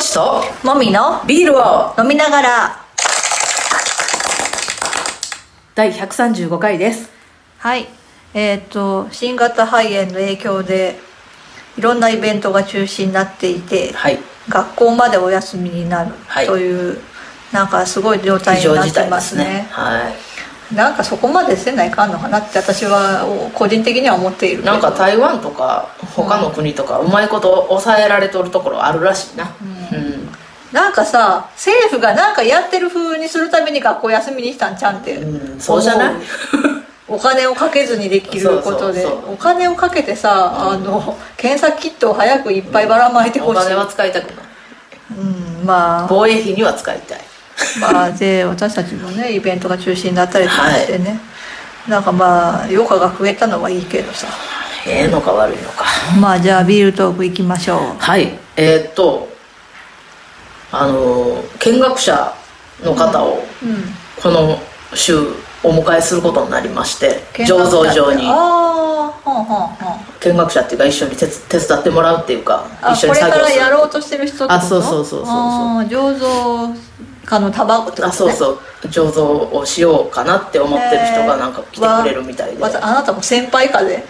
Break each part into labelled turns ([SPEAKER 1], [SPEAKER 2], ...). [SPEAKER 1] ちと
[SPEAKER 2] もみの
[SPEAKER 1] ビールを
[SPEAKER 2] 飲みながら
[SPEAKER 1] 第135回です
[SPEAKER 2] はいえっ、と新型肺炎の影響でいろんなイベントが中止になっていて、
[SPEAKER 1] はい
[SPEAKER 2] 学校までお休みになる
[SPEAKER 1] はい
[SPEAKER 2] という、なんかすごい状態
[SPEAKER 1] 非
[SPEAKER 2] に
[SPEAKER 1] 常
[SPEAKER 2] なっ
[SPEAKER 1] 事
[SPEAKER 2] て
[SPEAKER 1] 態で
[SPEAKER 2] ますす
[SPEAKER 1] ね
[SPEAKER 2] ね
[SPEAKER 1] は
[SPEAKER 2] なんかそこまでせないかんのかなって私は個人的には思っている
[SPEAKER 1] い
[SPEAKER 2] けど
[SPEAKER 1] なんか台湾とか他の国とかうまいこと抑えられとるところあるらしいなうん
[SPEAKER 2] なんかさ政府がなんかやってる風にするために学校休みにしたんちゃんって、
[SPEAKER 1] うんそうじゃない
[SPEAKER 2] お金をかけずにできることで
[SPEAKER 1] そうそうそう
[SPEAKER 2] お金をかけてさ、あの検査キットを早くいっぱいばらまいて
[SPEAKER 1] お
[SPEAKER 2] ほしい、
[SPEAKER 1] 金は使いたくない
[SPEAKER 2] うん、まあ
[SPEAKER 1] 防衛費には使いたい
[SPEAKER 2] まあで私たちもねイベントが中止になったりとかしてね、なんかまあ余暇が増えたのはいいけどさ
[SPEAKER 1] ええのか悪いのか
[SPEAKER 2] まあじゃあビールトーク行きましょう
[SPEAKER 1] はいえーっとあの見学者の方を
[SPEAKER 2] うん
[SPEAKER 1] この週お迎えすることになりまして
[SPEAKER 2] 見学
[SPEAKER 1] 醸造
[SPEAKER 2] 者って
[SPEAKER 1] 場に
[SPEAKER 2] ああはんはんはん
[SPEAKER 1] 見学者っていうか一緒に手つ手伝ってもらうっていうか
[SPEAKER 2] あ
[SPEAKER 1] 一緒
[SPEAKER 2] こ
[SPEAKER 1] に
[SPEAKER 2] れ
[SPEAKER 1] 作
[SPEAKER 2] か
[SPEAKER 1] 業
[SPEAKER 2] ら
[SPEAKER 1] する
[SPEAKER 2] やろうとしてる人ってこと
[SPEAKER 1] あそうそうそうそうそう
[SPEAKER 2] あー醸造家のタバコってこと、ね、
[SPEAKER 1] あそうそう醸造をしようかなって思ってる人がなんか来てくれるみたいで、
[SPEAKER 2] わたあなたも先 輩風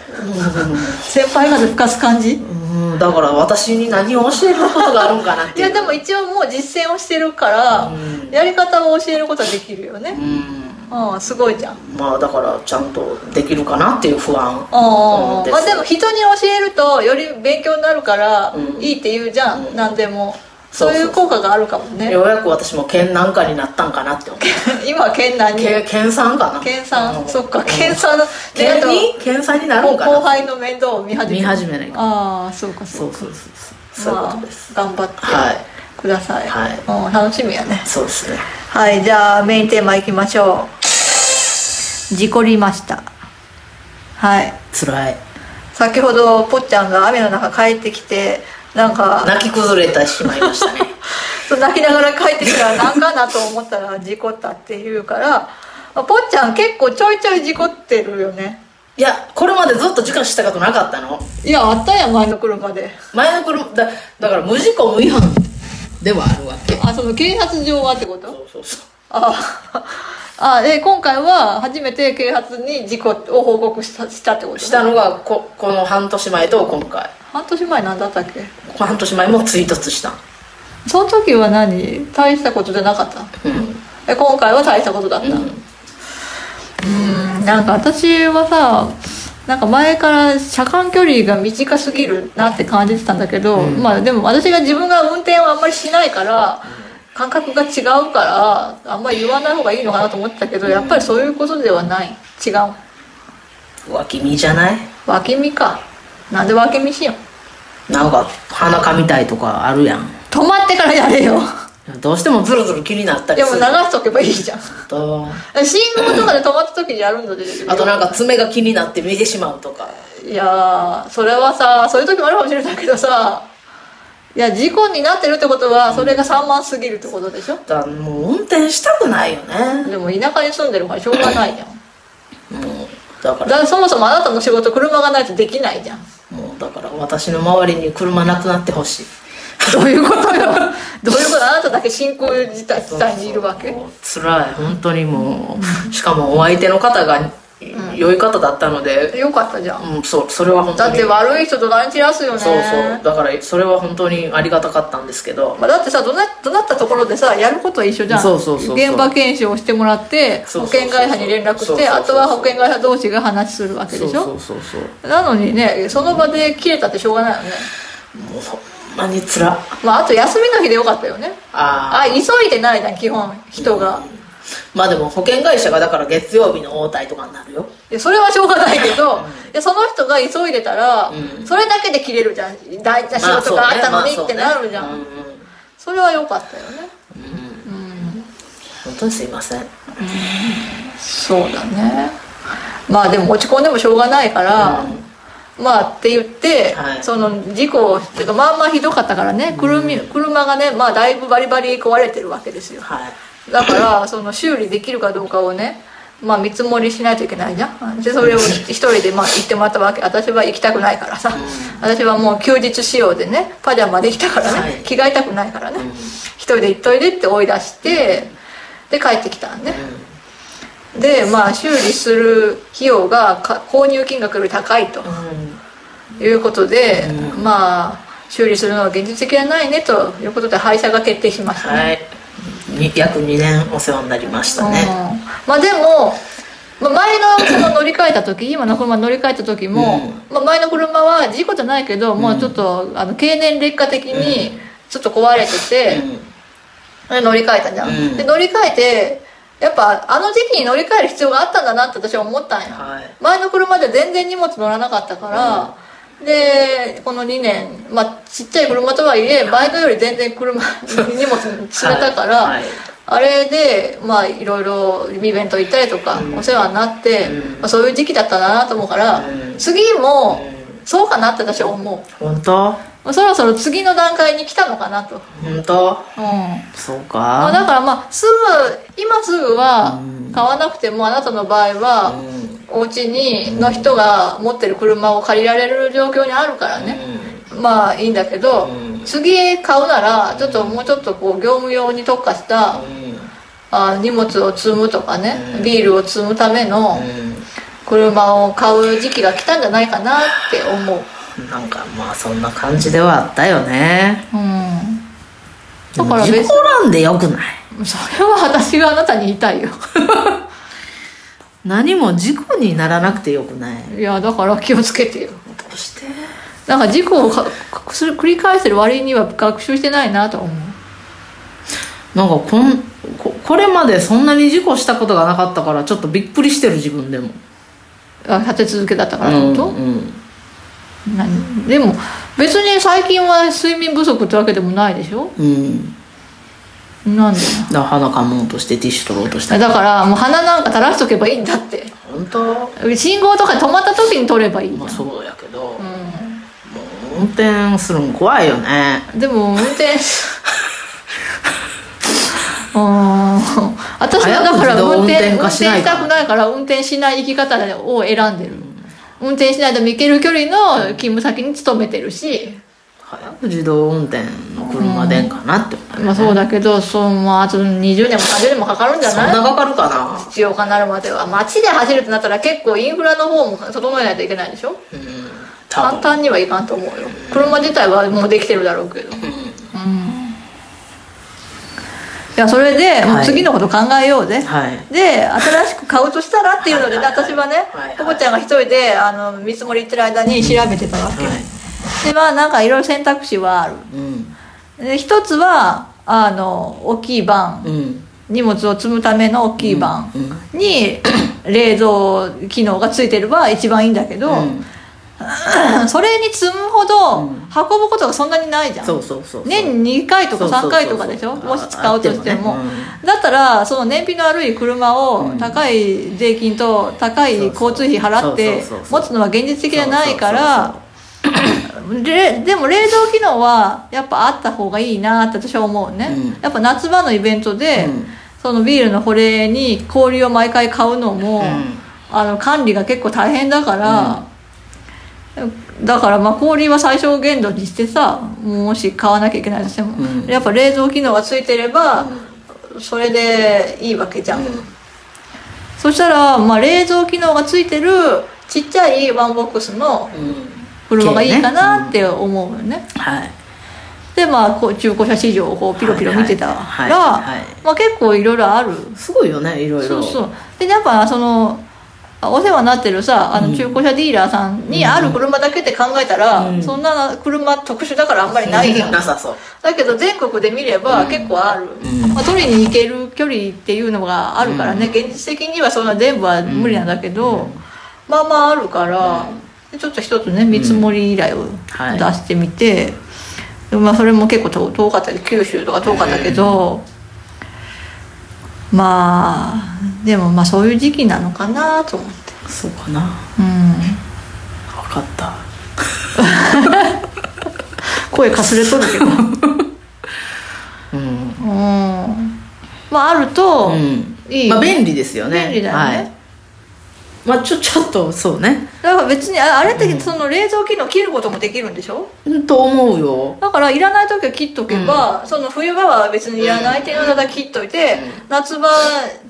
[SPEAKER 2] 先輩風吹かす感じ
[SPEAKER 1] うんだから私に何を教えることがあるんかなっ
[SPEAKER 2] い
[SPEAKER 1] ていう
[SPEAKER 2] やでも一応もう実践をしてるから、
[SPEAKER 1] うん
[SPEAKER 2] やり方を教えることはできるよ
[SPEAKER 1] う
[SPEAKER 2] ね、
[SPEAKER 1] ん
[SPEAKER 2] うん、すごいじゃん
[SPEAKER 1] まあだからちゃんとできるかなっていう不安
[SPEAKER 2] あ
[SPEAKER 1] です
[SPEAKER 2] まあでも人に教えるとより勉強になるから
[SPEAKER 1] うん
[SPEAKER 2] いいって言うじゃん、
[SPEAKER 1] うん
[SPEAKER 2] ん、何でも
[SPEAKER 1] そう
[SPEAKER 2] そ
[SPEAKER 1] そう
[SPEAKER 2] ういう効果があるかもね
[SPEAKER 1] ようやく私も県なんかになったんかなって思う
[SPEAKER 2] 今県内に
[SPEAKER 1] け県産かな
[SPEAKER 2] 県産、
[SPEAKER 1] うん
[SPEAKER 2] そっか県産の
[SPEAKER 1] 県に
[SPEAKER 2] ね
[SPEAKER 1] 県産にな
[SPEAKER 2] あ
[SPEAKER 1] る
[SPEAKER 2] と
[SPEAKER 1] んか
[SPEAKER 2] 後
[SPEAKER 1] な
[SPEAKER 2] 輩の面倒を見始め
[SPEAKER 1] 見始めないか
[SPEAKER 2] ああそうかそ
[SPEAKER 1] そうう
[SPEAKER 2] か
[SPEAKER 1] そうそうそうそういうことです、
[SPEAKER 2] まあ頑張って
[SPEAKER 1] はい
[SPEAKER 2] ください、
[SPEAKER 1] はい
[SPEAKER 2] うん、楽しみやね
[SPEAKER 1] そうですね
[SPEAKER 2] はいじゃあメインテーマいきましょう事故りましたはい
[SPEAKER 1] 辛い
[SPEAKER 2] 先ほどぽっちゃんが雨の中帰ってきてなんか
[SPEAKER 1] 泣き崩れてしまいましたね
[SPEAKER 2] そう泣きながら帰ってきたらなんかなと思ったら事故ったっていうからあぽっちゃん結構ちょいちょい事故ってるよね
[SPEAKER 1] いやこれまでずっと時間したことなかったの
[SPEAKER 2] いやあったやん前の車で
[SPEAKER 1] 前の車だだから無事故無違反ではあるわけ
[SPEAKER 2] あその啓発上はってこ
[SPEAKER 1] そ
[SPEAKER 2] と
[SPEAKER 1] うそうそう
[SPEAKER 2] あ あで今回は初めて啓発に事故を報告したしたってこと
[SPEAKER 1] したのがここの半年前と今回
[SPEAKER 2] 半年前何だったっけ
[SPEAKER 1] この半年前も追突した
[SPEAKER 2] その時は何大したことじゃなかった
[SPEAKER 1] うん、
[SPEAKER 2] え今回は大したことだった、
[SPEAKER 1] うん、
[SPEAKER 2] なんか私はさなんか前から車間距離が短すぎるなって感じてたんだけど、
[SPEAKER 1] うん
[SPEAKER 2] まあでも私が自分が運転をあんまりしないから感覚が違うからあんまり言わない方がいいのかなと思ってたけどやっぱりそういうことではない違う
[SPEAKER 1] 脇見じゃない
[SPEAKER 2] 脇見かなんで脇見しよう
[SPEAKER 1] なんか鼻かみたいとかあるやん
[SPEAKER 2] 止まってからやれ よ
[SPEAKER 1] どうしてもズルズル気になったり
[SPEAKER 2] でも
[SPEAKER 1] す
[SPEAKER 2] 流
[SPEAKER 1] る
[SPEAKER 2] しとけばいいじゃん
[SPEAKER 1] と
[SPEAKER 2] 信号とかで止まった時にやるんだで
[SPEAKER 1] あとなんか爪が気になって見てしまうとか
[SPEAKER 2] いやーそれはさそういう時もあるかもしれないけどさいや事故になってるってことはそれが散漫すぎるってことでしょ
[SPEAKER 1] だからもう運転したくないよね
[SPEAKER 2] でも田舎に住んでるからしょうがないじゃん
[SPEAKER 1] もうだか
[SPEAKER 2] だ
[SPEAKER 1] ら
[SPEAKER 2] からそもそもあなたの仕事車がないとできないじゃん
[SPEAKER 1] もうだから私の周りに車なくなってほしい
[SPEAKER 2] どういうことよどういうことあなただけ進行自体自体にいるわけ
[SPEAKER 1] つらい本当にもうしかもお相手の方が良い方だったので、
[SPEAKER 2] よかったじゃん
[SPEAKER 1] うんそうそれは本当
[SPEAKER 2] だ
[SPEAKER 1] に
[SPEAKER 2] って悪い人と何散らすよね
[SPEAKER 1] そうそうだからそれは本当にありがたかったんですけど
[SPEAKER 2] まあ、だってさどなどなったところでさやることは一緒じゃん
[SPEAKER 1] そうそうそうそう
[SPEAKER 2] 現場検証をしてもらって
[SPEAKER 1] そう
[SPEAKER 2] 保
[SPEAKER 1] そうそう
[SPEAKER 2] 険会社に連絡
[SPEAKER 1] そう
[SPEAKER 2] し
[SPEAKER 1] そう
[SPEAKER 2] て
[SPEAKER 1] そう
[SPEAKER 2] あとは保険会社同士が話するわけでし
[SPEAKER 1] そ
[SPEAKER 2] ょ
[SPEAKER 1] うそうそうそう
[SPEAKER 2] なのにねその場で切れたってしょうがないよね、
[SPEAKER 1] もうほんまにつら
[SPEAKER 2] まあ、あと休みの日でよかったよね
[SPEAKER 1] あ
[SPEAKER 2] あ急いでないじゃん基本人
[SPEAKER 1] ー
[SPEAKER 2] が
[SPEAKER 1] まあでも保険会社がだから月曜日の応対とかになるよ
[SPEAKER 2] いやそれはしょうがないけどいやその人が急いでたら、
[SPEAKER 1] うん
[SPEAKER 2] それだけで切れるじゃん大事な仕事があったのにってなるじゃん、
[SPEAKER 1] まあそうね
[SPEAKER 2] それは良かったよね
[SPEAKER 1] まあそうねうんうん本当にすいません
[SPEAKER 2] そうだねまあでも落ち込んでもしょうがないから、
[SPEAKER 1] うん
[SPEAKER 2] まあって言って、
[SPEAKER 1] はい
[SPEAKER 2] その事故っていうかまあまあひどかったからね車車がねまあだいぶバリバリ壊れてるわけですよ
[SPEAKER 1] はい
[SPEAKER 2] だからその修理できるかどうかをねまあ見積もりしないといけないじゃんでそれを一人でまあ行ってもらったわけ私は行きたくないからさ、私はもう休日仕様でねパジャマできたからね、
[SPEAKER 1] はい
[SPEAKER 2] 着替えたくないからね、
[SPEAKER 1] うん
[SPEAKER 2] 一人で行っといでって追い出してで帰ってきたんね、でまあ修理する費用がか購入金額より高いということで、まあ修理するのは現実的じゃないねということで廃車が決定しましたね、
[SPEAKER 1] はいに約2年お世話になりましたね
[SPEAKER 2] うんまあでもまあ前のその乗り換えた時今の車乗り換えた時も、まあ前の車は事故じゃないけど、もうちょっとあの経年劣化的にちょっと壊れてて、で乗り換えたじゃん、
[SPEAKER 1] うん
[SPEAKER 2] で乗り換えてやっぱあの時期に乗り換える必要があったんだなって私は思ったんや、
[SPEAKER 1] はい
[SPEAKER 2] 前の車で全然荷物乗らなかったから、でこの2年、まあ、ちっちゃい車とはいえバイクより全然車荷物積めたから、
[SPEAKER 1] はいはい
[SPEAKER 2] あれでまあいろいろイベント行ったりとか、お世話になって、
[SPEAKER 1] うん
[SPEAKER 2] まあ、そういう時期だったんだなと思うから、
[SPEAKER 1] うん
[SPEAKER 2] 次も
[SPEAKER 1] う
[SPEAKER 2] そうかなって私は思う
[SPEAKER 1] 本当
[SPEAKER 2] まあそろそろ次の段階に来たのかなと、
[SPEAKER 1] 本当
[SPEAKER 2] うん、
[SPEAKER 1] そう
[SPEAKER 2] まあ、
[SPEAKER 1] か
[SPEAKER 2] だからまあすぐ今すぐは買わなくてもあなたの場合
[SPEAKER 1] う
[SPEAKER 2] は
[SPEAKER 1] ん
[SPEAKER 2] お家にの人が持ってる車を借りられる状況にあるからねまあいいんだけど
[SPEAKER 1] うん
[SPEAKER 2] 次買うならちょっともうちょっとこう業務用に特化したあ荷物を積むとかね
[SPEAKER 1] うん
[SPEAKER 2] ビールを積むための車を買う時期が来たんじゃないかなって思う
[SPEAKER 1] うんなんかまあそんな感じではあったよね
[SPEAKER 2] うん
[SPEAKER 1] だ
[SPEAKER 2] だ
[SPEAKER 1] か
[SPEAKER 2] からら
[SPEAKER 1] 別に
[SPEAKER 2] 別に
[SPEAKER 1] 事故なんでよくない
[SPEAKER 2] それは私があなたに言いたいよ
[SPEAKER 1] 何も事故にならなくてよくない
[SPEAKER 2] いやだから気をつけてよ
[SPEAKER 1] どうして
[SPEAKER 2] なんか事故をかかする繰り返してる割には学習してないなと思う
[SPEAKER 1] なんかこんここれまでそんなに事故したことがなかったからちょっとびっくりしてる自分でも
[SPEAKER 2] あ立て続けだったから
[SPEAKER 1] うん
[SPEAKER 2] 本当、
[SPEAKER 1] うん
[SPEAKER 2] 何でも別に最近は睡眠不足ってわけでもないでしょ
[SPEAKER 1] うん
[SPEAKER 2] なんで
[SPEAKER 1] だから鼻かもうとしてティッシュ取ろうとした
[SPEAKER 2] だからもう鼻なんか垂らしとけばいいんだって
[SPEAKER 1] 本当
[SPEAKER 2] 信号とか止まった時に取ればいい
[SPEAKER 1] まあそうやけど、もう
[SPEAKER 2] う
[SPEAKER 1] 運転するの怖いよね
[SPEAKER 2] んでも運 転うーん私はだから
[SPEAKER 1] 早く自動
[SPEAKER 2] 運
[SPEAKER 1] 運
[SPEAKER 2] 転
[SPEAKER 1] 転
[SPEAKER 2] 運
[SPEAKER 1] 化
[SPEAKER 2] 転
[SPEAKER 1] しない
[SPEAKER 2] し
[SPEAKER 1] か
[SPEAKER 2] たくないから運転しない生き方を選んでる運転しないでも行ける距離の勤務先に勤めてるし
[SPEAKER 1] 早く自動運転の車でんかなって思う、
[SPEAKER 2] まあそうだけどそう、まあ、あと20年も30年もかかるんじゃ
[SPEAKER 1] そん
[SPEAKER 2] ない
[SPEAKER 1] なかかるかな
[SPEAKER 2] 必要化なるまでは街で走るってなったら結構インフラの方も整えないといけないでしょ
[SPEAKER 1] うん多
[SPEAKER 2] 簡
[SPEAKER 1] 分
[SPEAKER 2] 単にはいかんと思うよ車自体はもうできてるだろうけどうんいやそれで、もう次のこと考えようぜ、
[SPEAKER 1] はい
[SPEAKER 2] で新しく買うとしたらっていうので、ね、私はね
[SPEAKER 1] はいはい
[SPEAKER 2] ポコちゃんが一人であの見積もり行ってる間に調べてたわけ、でまあなんかいろいろ選択肢はある
[SPEAKER 1] うん
[SPEAKER 2] で一つはあの大きいバン
[SPEAKER 1] うん
[SPEAKER 2] 荷物を積むための大きいバンに冷蔵機能がついてれば一番いいんだけど、
[SPEAKER 1] うん
[SPEAKER 2] それに積むほど運ぶことがそんなにないじゃん、
[SPEAKER 1] そうそうそうそう
[SPEAKER 2] 年に2回とか
[SPEAKER 1] そうそうそう
[SPEAKER 2] 3回とかでしょ
[SPEAKER 1] あ
[SPEAKER 2] もし使うとしても
[SPEAKER 1] あってもね
[SPEAKER 2] だったらその燃費の悪い車を高い税金と高い交通費払って
[SPEAKER 1] そうそうそうそう
[SPEAKER 2] 持つのは現実的じゃないか
[SPEAKER 1] そう
[SPEAKER 2] られでも冷蔵機能はやっぱあった方がいいなって私は思うね、
[SPEAKER 1] うん
[SPEAKER 2] やっぱ夏場のイベントで、
[SPEAKER 1] うん
[SPEAKER 2] そのビールの保冷に氷を毎回買うの
[SPEAKER 1] ん
[SPEAKER 2] も、あの管理が結構大変だから、だからまあ氷は最小限度にしてさもし買わなきゃいけないとしても、
[SPEAKER 1] うん
[SPEAKER 2] やっぱ冷蔵機能がついてれば、それでいいわけじゃん、そしたら、まあ、冷蔵機能がついてるちっちゃいワンボックスの車がいいかなって思うよね
[SPEAKER 1] はい
[SPEAKER 2] でまあこう中古車市場をこうピロピロ見てたら、
[SPEAKER 1] はいはいはいはい
[SPEAKER 2] まあ、結構いろいろある
[SPEAKER 1] すごいよねいろい
[SPEAKER 2] そ
[SPEAKER 1] ろ
[SPEAKER 2] うそうでやっぱそのお世話になってるさあの中古車ディーラーさんにある車だけって考えたら、
[SPEAKER 1] うん
[SPEAKER 2] そんな車特殊だからあんまりないじゃん
[SPEAKER 1] なさそう
[SPEAKER 2] だけど全国で見れば結構ある、
[SPEAKER 1] うん
[SPEAKER 2] まあ、取りに行ける距離っていうのがあるからね、現実的にはそんな全部は無理なんだけど、まあまああるから、でちょっと一つね見積もり依頼を
[SPEAKER 1] はい
[SPEAKER 2] 出してみて、でまあ、それも結構遠遠かったり九州とか遠かったけど、まあでもまあそういう時期なのかなと思って
[SPEAKER 1] そうかな
[SPEAKER 2] うん
[SPEAKER 1] 分かった
[SPEAKER 2] 声かすれとる けど
[SPEAKER 1] う
[SPEAKER 2] うん
[SPEAKER 1] ん
[SPEAKER 2] まああると、
[SPEAKER 1] うん
[SPEAKER 2] いい
[SPEAKER 1] ま
[SPEAKER 2] よ
[SPEAKER 1] あ、
[SPEAKER 2] ね
[SPEAKER 1] 便利ですよね
[SPEAKER 2] 便利だよね
[SPEAKER 1] はいまあ、ちょちょっとそうね
[SPEAKER 2] だから別にああれってその冷蔵機能切ることもできるんでしょ
[SPEAKER 1] うんと思うよ
[SPEAKER 2] だからいらない時は切っとけば、その冬場は別にいらないっていうのだけ切っといて、夏場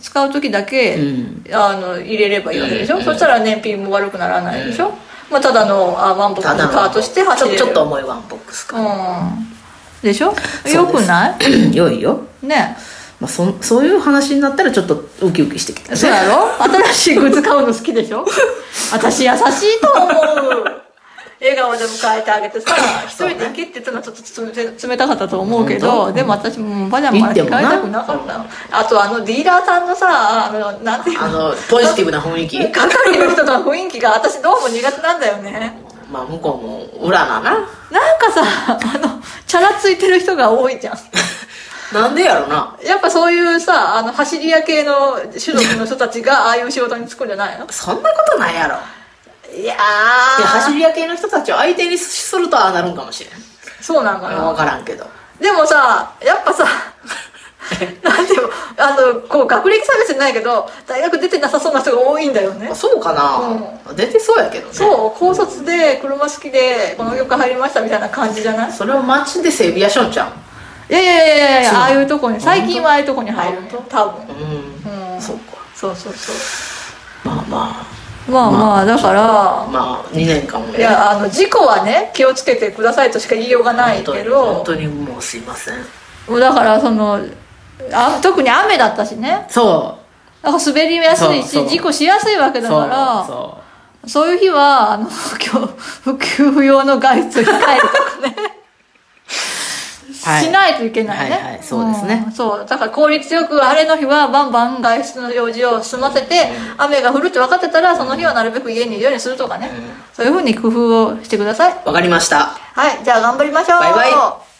[SPEAKER 2] 使う時だけ、
[SPEAKER 1] うん
[SPEAKER 2] あの入れればいいわけでしょ、
[SPEAKER 1] うん
[SPEAKER 2] そしたら燃費も悪くならないでしょ、まあ、ただのあワンボックス
[SPEAKER 1] た
[SPEAKER 2] の
[SPEAKER 1] だ
[SPEAKER 2] カーとして走れる
[SPEAKER 1] ちょちょっと重いワンボックスか、
[SPEAKER 2] うんでしょ
[SPEAKER 1] す
[SPEAKER 2] よくない
[SPEAKER 1] 良いよ、
[SPEAKER 2] ね
[SPEAKER 1] まあ、そんそういう話になったらちょっとウキウキしてきたね
[SPEAKER 2] そうやろ新しいグッズ買うの好きでし ょ私優しいと思う笑顔で迎えてあげてさ一人で行けって言ったのはちょっとつ冷たかったと思うけ
[SPEAKER 1] 本
[SPEAKER 2] ど
[SPEAKER 1] 当
[SPEAKER 2] でも私もうパジャマ着替えたくなかったのあとあのディーラーさんのさあのなんていう
[SPEAKER 1] あ
[SPEAKER 2] の
[SPEAKER 1] のポジティブな雰囲気
[SPEAKER 2] 係の人の雰囲気が私どうも苦手なんだよね
[SPEAKER 1] まあ向こうも裏だな
[SPEAKER 2] なんかさあのチャラついてる人が多いじゃん
[SPEAKER 1] なんでやろな
[SPEAKER 2] やっぱそういうさあの走り屋系の種族の人たちがああいう仕事に就くんじゃないの
[SPEAKER 1] そんなことないやろ
[SPEAKER 2] いや
[SPEAKER 1] いや
[SPEAKER 2] ー
[SPEAKER 1] 走り屋系の人たちを相手にするとああなるんかもしれん
[SPEAKER 2] そうなんかな
[SPEAKER 1] 分からんけど
[SPEAKER 2] でもさやっ ぱさなんていうのあのこう学歴差別じゃないけど大学出てなさそうな人が多いんだよね
[SPEAKER 1] あそうかな、出てそうやけどね
[SPEAKER 2] そう高卒で車好きでこの業界入りましたみたいな感じじゃない
[SPEAKER 1] それを街で整備屋しょんちゃん
[SPEAKER 2] いやいやいやいやい
[SPEAKER 1] そう
[SPEAKER 2] やああいうとこに最近はああいうとこに入る
[SPEAKER 1] 本当
[SPEAKER 2] 多分
[SPEAKER 1] うん、
[SPEAKER 2] うん
[SPEAKER 1] そうか
[SPEAKER 2] そうそうそ
[SPEAKER 1] まあま
[SPEAKER 2] うまあまあだから
[SPEAKER 1] あまあ2年間もね
[SPEAKER 2] いやあの事故はね気をつけてくださいとしか言いようがない
[SPEAKER 1] 本当
[SPEAKER 2] け
[SPEAKER 1] に
[SPEAKER 2] ど
[SPEAKER 1] 本当にもうすいません
[SPEAKER 2] もうだからそのあ特に雨だったしね
[SPEAKER 1] そ
[SPEAKER 2] だから滑りやすい
[SPEAKER 1] そうそ
[SPEAKER 2] し
[SPEAKER 1] う
[SPEAKER 2] 事故しやすいわけ
[SPEAKER 1] う
[SPEAKER 2] だからそう
[SPEAKER 1] そ
[SPEAKER 2] いう日はあの今日 不給不要の外出控えるとかね、
[SPEAKER 1] はい
[SPEAKER 2] しないといけないね、
[SPEAKER 1] はいはいそうですね
[SPEAKER 2] んそうだから効率よく晴れの日はバンバン外出の用事を済ませて、雨が降るって分かってたらその日はなるべく家にいるようにするとかね、
[SPEAKER 1] うん
[SPEAKER 2] そういうふうに工夫をしてくださいう
[SPEAKER 1] わかりました
[SPEAKER 2] はいじゃあ頑張りましょう
[SPEAKER 1] バイバイ